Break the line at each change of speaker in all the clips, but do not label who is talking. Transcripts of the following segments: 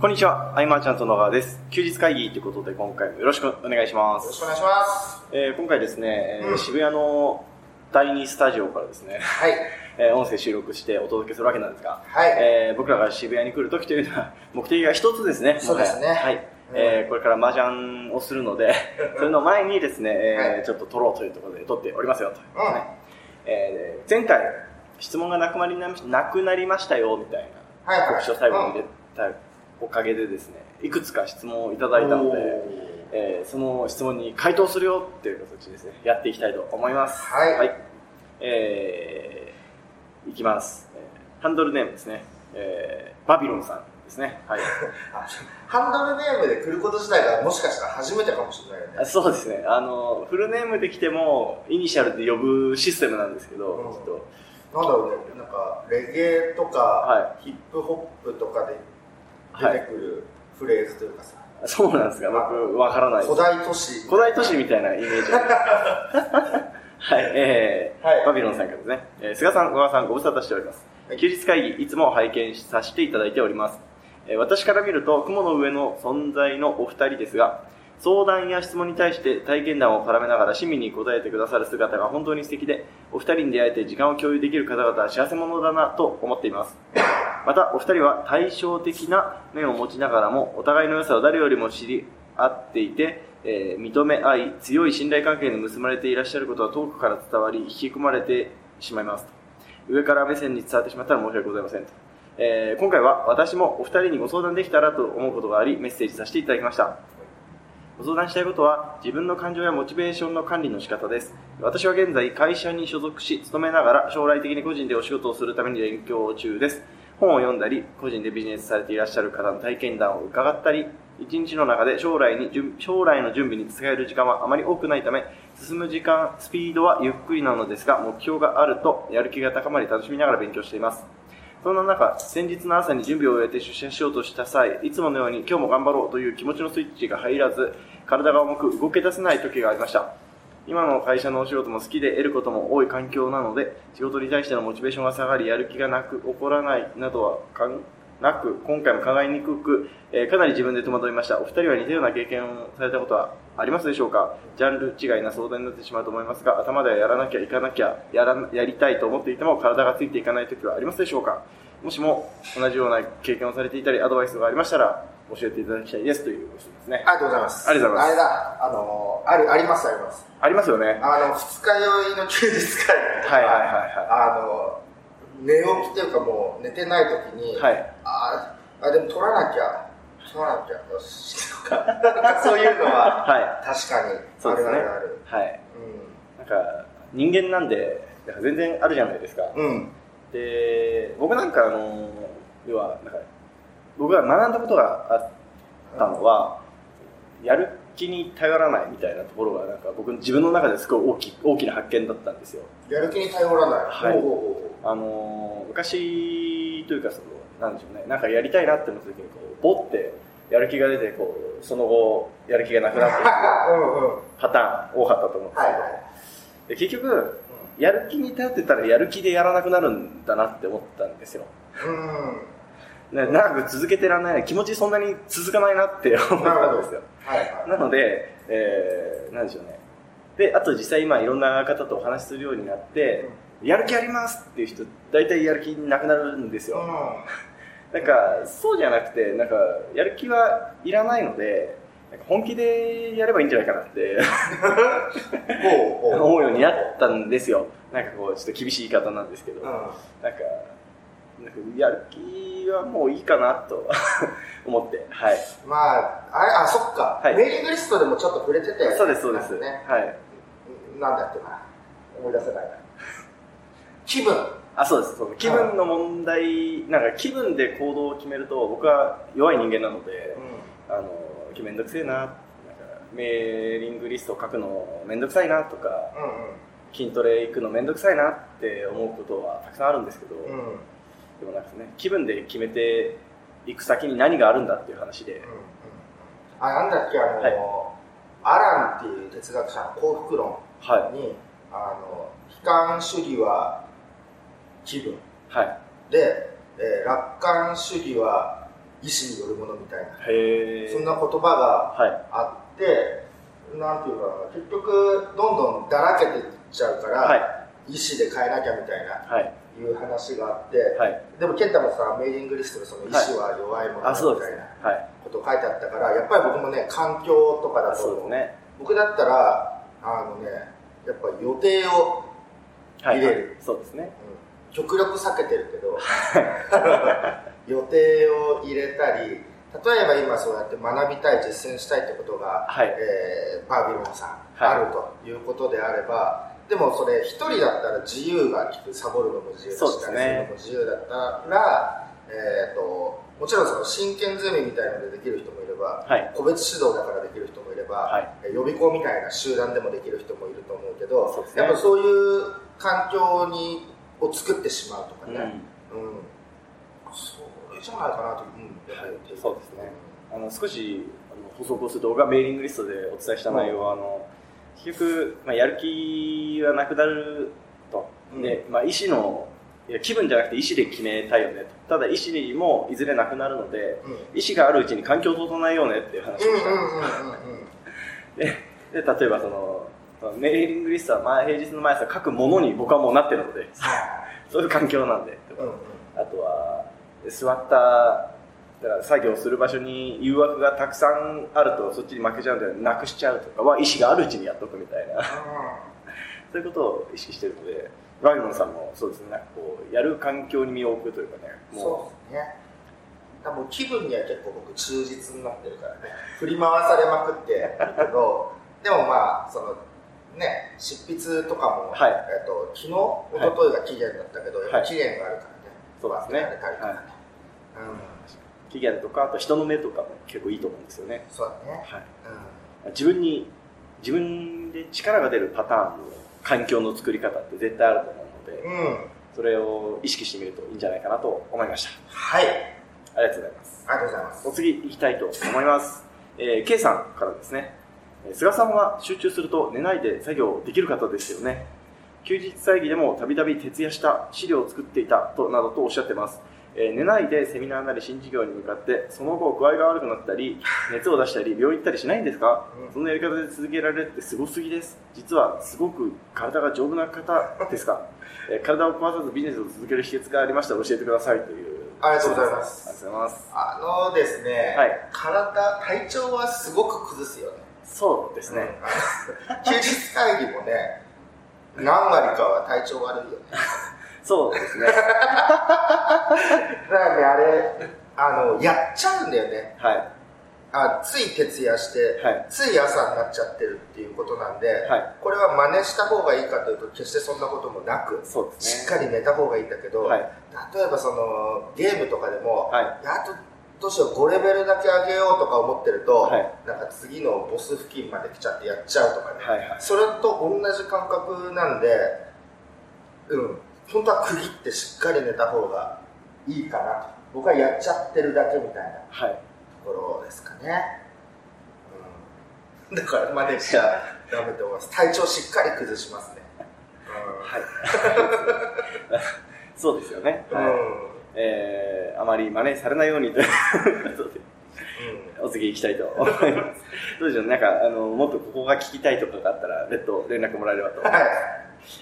こんにちは、アイマーちゃんと野川です。休日会議ということで、今回もよろしくお願いしま
よろし
す。
くお願いします。
えー今回ですね、えー
うん
渋谷の第2スタジオからですね、
はい。
えー音声収録してお届けするわけなんですが、
はい
えー僕らが渋谷に来るときというのは、目的が一つですね、
そうですね
もはやはい
うん
えーこれから麻雀をするの で、それの前にですね、えー
はい
ちょっと撮ろうというところで撮っておりますよと。
うん
はいえー前回、質問がなくなりななくなりましたよみたいな
はいはい。
告知を最後に入れたおかげでですね、いくつか質問をいただいたの
おー
で、えーその質問に回答するよっていう形でですね、やっていきたいと思います。
はい
えーいきます。えーハンドルネームですね。えーバビロンさんですね。 はい。
あハンドルネームで来ること自体がもしかしたら初めてかもしれないよね。
あそうですね。あの、フルネームで来ても、イニシャルで呼ぶシステムなんですけ
う
ど
ん、
ちょっと、
なんだろうね、なんか、レゲエとか、
は
ヒップホップとかで
は
出
い。
てくるフレーズというかさ、
そうなんですが、僕、わからないです
古。代都市。
古代都市みたいなイメー ジ。はい、えー
はい
バビロンさんからですね、えー菅さん、小川さん、ご無沙汰しております。
はい
休日会議、いつも拝見させていただいております。えー私から見ると、雲の上の存在のお二人ですが、相談や質問に対して体験談を絡めながら市民に答えてくださる姿が本当に素敵で、お二人に出会えて時間を共有できる方々は幸せ者だなと思っています。またお二人は対照的な面を持ちながらもお互いの良さを誰よりも知り合っていて、えー認め合い強い信頼関係に結ばれていらっしゃることは遠くから伝わり引き込まれてしまいます上から目線に伝わってしまったら申し訳ございませんと、えー今回は私もお二人にご相談できたらと思うことがありメッセージさせていただきましたご相談したいことは自分の感情やモチベーションの管理の仕方です私は現在会社に所属し勤めながら将来的に個人でお仕事をするために勉強中です本を読んだり個人でビジネスされていらっしゃる方の体験談を伺ったり一日の中で将来に準将来の準備に使える時間はあまり多くないため進む時間スピードはゆっくりなのですが目標があるとやる気が高まり楽しみながら勉強していますそんな中、先日の朝に準備を終えて出社しようとした際、いつものように今日も頑張ろうという気持ちのスイッチが入らず、体が重く動け出せない時がありました。今の会社のお仕事も好きで得ることも多い環境なので、仕事に対してのモチベーションが下がり、やる気がなく、起こらないなどはかんなく、今回も考えにくく、えーかなり自分で戸惑いました。お二人は似たような経験をされたことはありますでしょうかジャンル違いな相談になってしまうと思いますが、頭ではやらなきゃいかなきゃ、やらやりたいと思っていても体がついていかない時はありますでしょうかもしも同じような経験をされていたり、アドバイスがありましたら、教えていただきたいですというご質問ですね。
ありがとうございます。
ありがとうございます
あれだ、あの、ある、あります、あります。
ありますよね。
あの、二日酔いの休日会とか
はいはいはい
あの、寝起きというかもう寝てない時に、
はい
あーあ、でも取らなきゃ、取らな きゃ、よし、とか、なんかそういうのは、
はい。
確かに、
そうですね
あるあるある。。
はい。なんか、人間なんで、なんか全然あるじゃないですか。
うん。うん。
で、僕なんか、あの、要は、なんか、僕が学んだことがあったのは、やる気に頼らないみたいなところが、なんか僕、自分の中ですごい大き大きな発見だったんですよ。
やる気に頼らない。
はい
おうおうおう
あの、昔というか、その、なんでしょうね、なんかやりたいなって思った時に、こう、ボって、やる気が出て、こう、その後、やる気がなくなっていく
うんうん。
パターン多かったと思うんです
は
け
い
ど、
はい。
で結局、やる気に頼ってたらやる気でやらなくなるんだなって思ったんですよ。
うん。
ね長く続けてらんないな、気持ちそんなに続かないなって思ったんですよ。
はいはい。
なので、えー、なんでしょうね。で、あと実際今いろんな方とお話しするようになって、やる気ありますっていう人、大体やる気なくなるんです
うん。
よ。なんか、そうじゃなくて、なんか、やる気はいらないので、なんか本気でやればいいんじゃないかなって
おうお う
思うようになったんですよ。なんかこう、ちょっと厳しい言い方なんですけど。
うん。
なんか、なんかやる気はもういいかなと 思って、はい。
まあ、あれ、あ、そっか。
はい
メーリングリストでもちょっと触れてたよね。
そうです、そうです。
ね。
はい。
なんだっけな。思い出せないな。気分。
あ、そうです、そうです。気分の問題、なんか気分で行動を決めると、僕は弱い人間なので、あの、めんどくせえな、なんかメーリングリスト書くのめんどくさいなとか、
う
筋トレ行くのめんどくさいなって思うことはたくさんあるんですけど、
んうん。うん。うん。
でもなんかね、気分で決めていく先に何があるんだっていう話で、
あ、なんだっけ、あの、
はい
アランっていう哲学者の幸福論
は
に、あの、悲観主義は気分。
い、はい、
で、えー楽観主義は意思によるものみたいな、
へえ
そんな言葉が
はい
あって、なんていうかな、結局、どんどんだらけていっちゃうから、
はい
意思で変えなきゃみたいな、
はい
いう話があって、
はい
でも、健太もさ、メーリングリストでその意思は弱いもの
あそう
み
で
た
す
い
ね
な
はい
こと書いてあったから、やっぱり僕もね、環境とか
あ
だと
そうですね
僕だったら、あのね、やっぱ予定を、
はい
入れる
そうですね
うん極力避けてる けど、予定を入れたり、例えば今そうやって学びたい、実践したいってことが、
はい
えーバービロンさん、
はい
あるということであれば、でもそれ一人だったら自由が利く、サボるのも自由だし、
そうですね
何するのも自由だったら、えー、ともちろんその真剣ゼミみたいのでできる人もいれば、
はい
個別指導だからできる人もいれば、
はい
えー予備校みたいな集団でもできる人もいると思うけど
そうですね
やっぱそういう環境にを作ってしまうとか
う
ね、
ん
うんそれじゃないかなと、うんやっぱり
はいそうですねあの少しあの補足をすると僕がメーリングリストでお伝えした内容は、あの結局、まあ、やる気はなくなると、
うん
でまあ、意思のいや気分じゃなくて意思で決めたいよねとただ意思もいずれなくなるので
うん
意思があるうちに環境を整えようねっていう話をした、
うんうんうんうんうん
で例えばそのまあメーリングリストはまあ平日の毎朝書くものに僕はもうなってるのでそういう環境なんでとか
うんうん
あとは座っただから作業する場所に誘惑がたくさんあるとそっちに負けちゃうんでなくしちゃうとかは意思があるうちにやっとくみたいな そういうことを意識してるのでライモンさんもそうですねなんかこうやる環境に身を置くというかねも
そうですね多分気分には結構僕忠実になってるからね振り回されまくってるけ どでもまあそのね執筆とかも、
はい
えっと昨日一昨日が期限だったけど、やっぱ期限があるからね、
そうですね
忘れられたりとかねうん、
う期限とかあと人の目とかも結構いいと思うんですよね、
そうだね、
はい、
う
自分に自分で力が出るパターンの環境の作り方って絶対あると思うので
んうん、
それを意識してみるといいんじゃないかなと思いました
はい
ありがとうございます
ありがとうございます
お次行きたいと思います。えー、K さんからですね。えー菅さんは集中すると寝ないで作業できる方ですよね。休日会議でもたびたび徹夜した資料を作っていたとなどとおっしゃってます。えー寝ないでセミナーなり新事業に向かって、その後具合が悪くなったり、 熱を出したり、病院行ったりしないんですか
うん
そのやり方で続けられるってすごすぎです。実はすごく体が丈夫な方ですか、えー体を壊さずビジネスを続ける秘訣がありましたら教えてくださいという。
ありがとうございます
ありがとうございます。
あのですね、
はい
体体調はすごく崩すよね
そうですね。
うん休日会議もね何割かは体調悪いよね
そうですね。
だからねあれあのやっちゃうんだよね
はい。
あつい徹夜して、
はい
つい朝になっちゃってるっていうことなんで、
はい
これは真似した方がいいかというと決してそんなこともなく
そうですね。
しっかり寝た方がいいんだけど、
はい
例えばそのゲームとかでも、
はい
やっとどうしよう5レベルだけ上げようとか思ってると、
はい
なんか次のボス付近まで来ちゃってやっちゃうとかね、
はいはい
それと同じ感覚なんでうん本当は区切ってしっかり寝た方がいいかなと僕はやっちゃってるだけみたいな
はい。
ところですかね、うん、だからマネージャーダメと思います体調しっかり崩しますね、うん
はい。そうですよね。
う
はい。えー、あまり真似されないようにということで、
ん
お次行きたい と思います。どうでしょうなんか、あの、もっとここが聞きたいとかがあったら、別途連絡もらえればと
はい。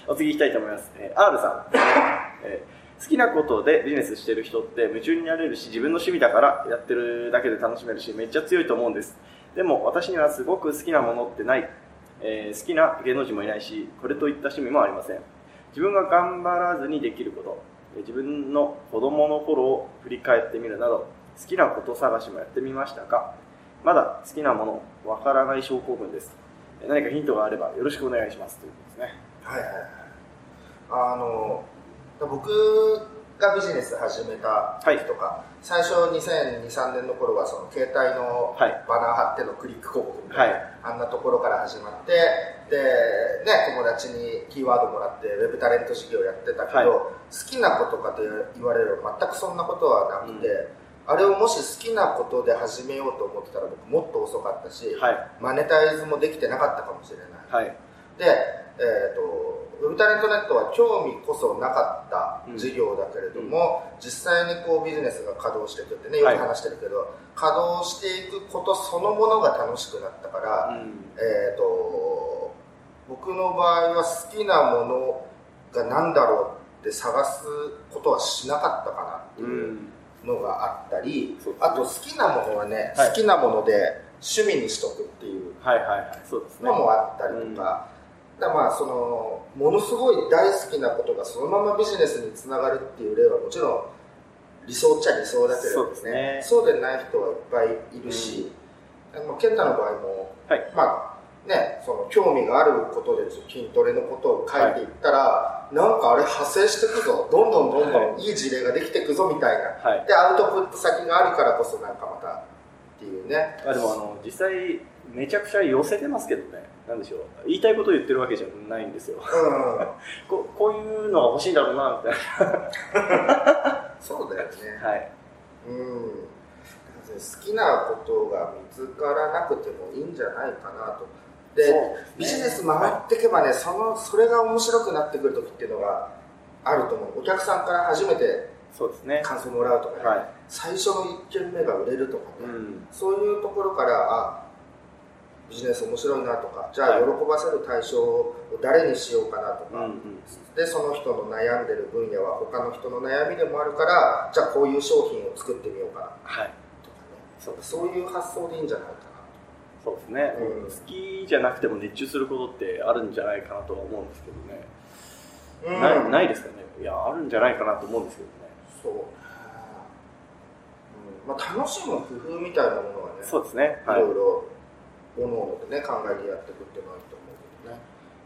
お次行きたいと思います。えー R さん、えー好きなことでビジネスしてる人って夢中になれるし、自分の趣味だからやってるだけで楽しめるし、めっちゃ強いと思うんです。でも私にはすごく好きなものってない。えー好きな芸能人もいないし、これといった趣味もありません。自分が頑張らずにできること、えー自分の子供の頃を振り返ってみるなど、好きなこと探しもやってみましたが、まだ好きなもの、わからない症候群です。えー何かヒントがあればよろしくお願いします。ということですね。
はいはいはい。あの、僕がビジネス始めた時とか、最初2002、3年の頃はその携帯の
は
バ
い
ナー貼ってのクリック広告みたいな、
はい
あんなところから始まって、で、ね、友達にキーワードもらって、ウェブタレント事業やってたけど、
はい
好きなことかと言われるば全くそんなことはなくて、あれをもし好きなことで始めようと思ってたら僕もっと遅かったし、
はい
マネタイズもできてなかったかもしれない。
はい。
で、えー、とウェブタレントネットは興味こそなかった事業だけれども、実際にこうビジネスが稼働していくってねよ
はい
く話してるけど、稼働していくことそのものが楽しくなったから、
うん
えー、と僕の場合は好きなものが何だろうって探すことはしなかったかなって
う
いうんのがあったり、
そうですね
あと好きなものはね、
はい
好きなもので趣味にしとくっていう
はいはいはいそうですね
のもあったりとか、だからまあそのものすごい大好きなことがそのままビジネスにつながるっていう例はもちろん理想っちゃ理想だけれど
そうですね
そうでない人はいっぱいいるし、あの健太の場合も、
はい
まあね、その興味があることで筋トレのことを書いていったら、なんかあれ派生してくぞどんどんどんどんいい事例ができてくぞみたいな、
はい
でアウトプット先があるからこそなんかまたっていうね
あでもあの実際めちゃくちゃ寄せてますけどねなんでしょう言いたいことを言ってるわけじゃないんですよ
うん
ここういうのが欲しいんだろうなみたい
そうだよね、
なはい
うん、好きなことが見つからなくてもいいんじゃないかなとで、
そうね
ビジネス回っていけばねそのそれが面白くなってくる時っていうのがあると思うお客さんから初めて
そうですね
感想もらうとかね、
は
最初の1件目が売れるとか
い、う
ね、
ん、
そういうところからあビジネス面白いなとかじゃあ
はい
喜ばせる対象を誰にしようかなと
う
か、
んうん
でその人の悩んでる分野は他の人の悩みでもあるからじゃあこういう商品を作ってみようかな
はい
とかね
そうです
そういう発想でいいんじゃないか
そうですね、
うん
好きじゃなくても熱中することってあるんじゃないかなとは思うんですけどね、
な、うん
ないないですかねいやあるんじゃないかなと思うんですけどね
そう、うんまあ、楽しむ工夫みたいなものはね
そうですねはい
いろいろおのおのでね考えてやっていくっていうのはいい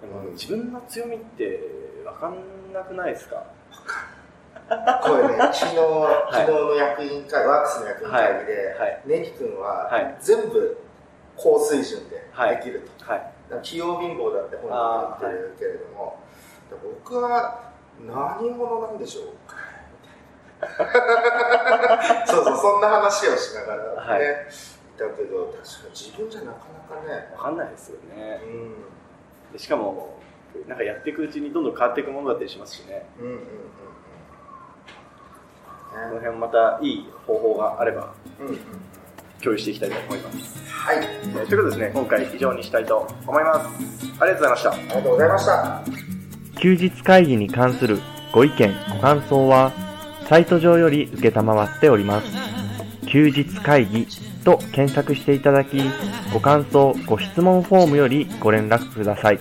と
で
思うけどね
も自分の強みって分かんなくないですか
こ れね昨日、
い
昨日の役員会ワークスの役員会議で、
はい
ネギ君は、
はい
全部高水準で
はい
できると、
はい
だから器用貧乏だって本人は言ってるけれども、だから僕は何者なんでしょう かそうそうそんな話をしながらね、
はい
い、たけど確かに自分じゃなかなかね
分かんないですよね
うん
でしかもなんかやっていくうちにどんどん変わっていくものだったりしますしね
うんうん
こ
うん
の辺またいい方法があれば
うんね
共有していきたいと思います、
はいあ
えーということでですね今回以上にしたいと思いますありがとうございました
りがとうございました
休日会議に関するご意見、ご感想は、サイト上より受けたまわっております。休日会議と検索していただき、ご感想、ご質問フォームよりご連絡ください。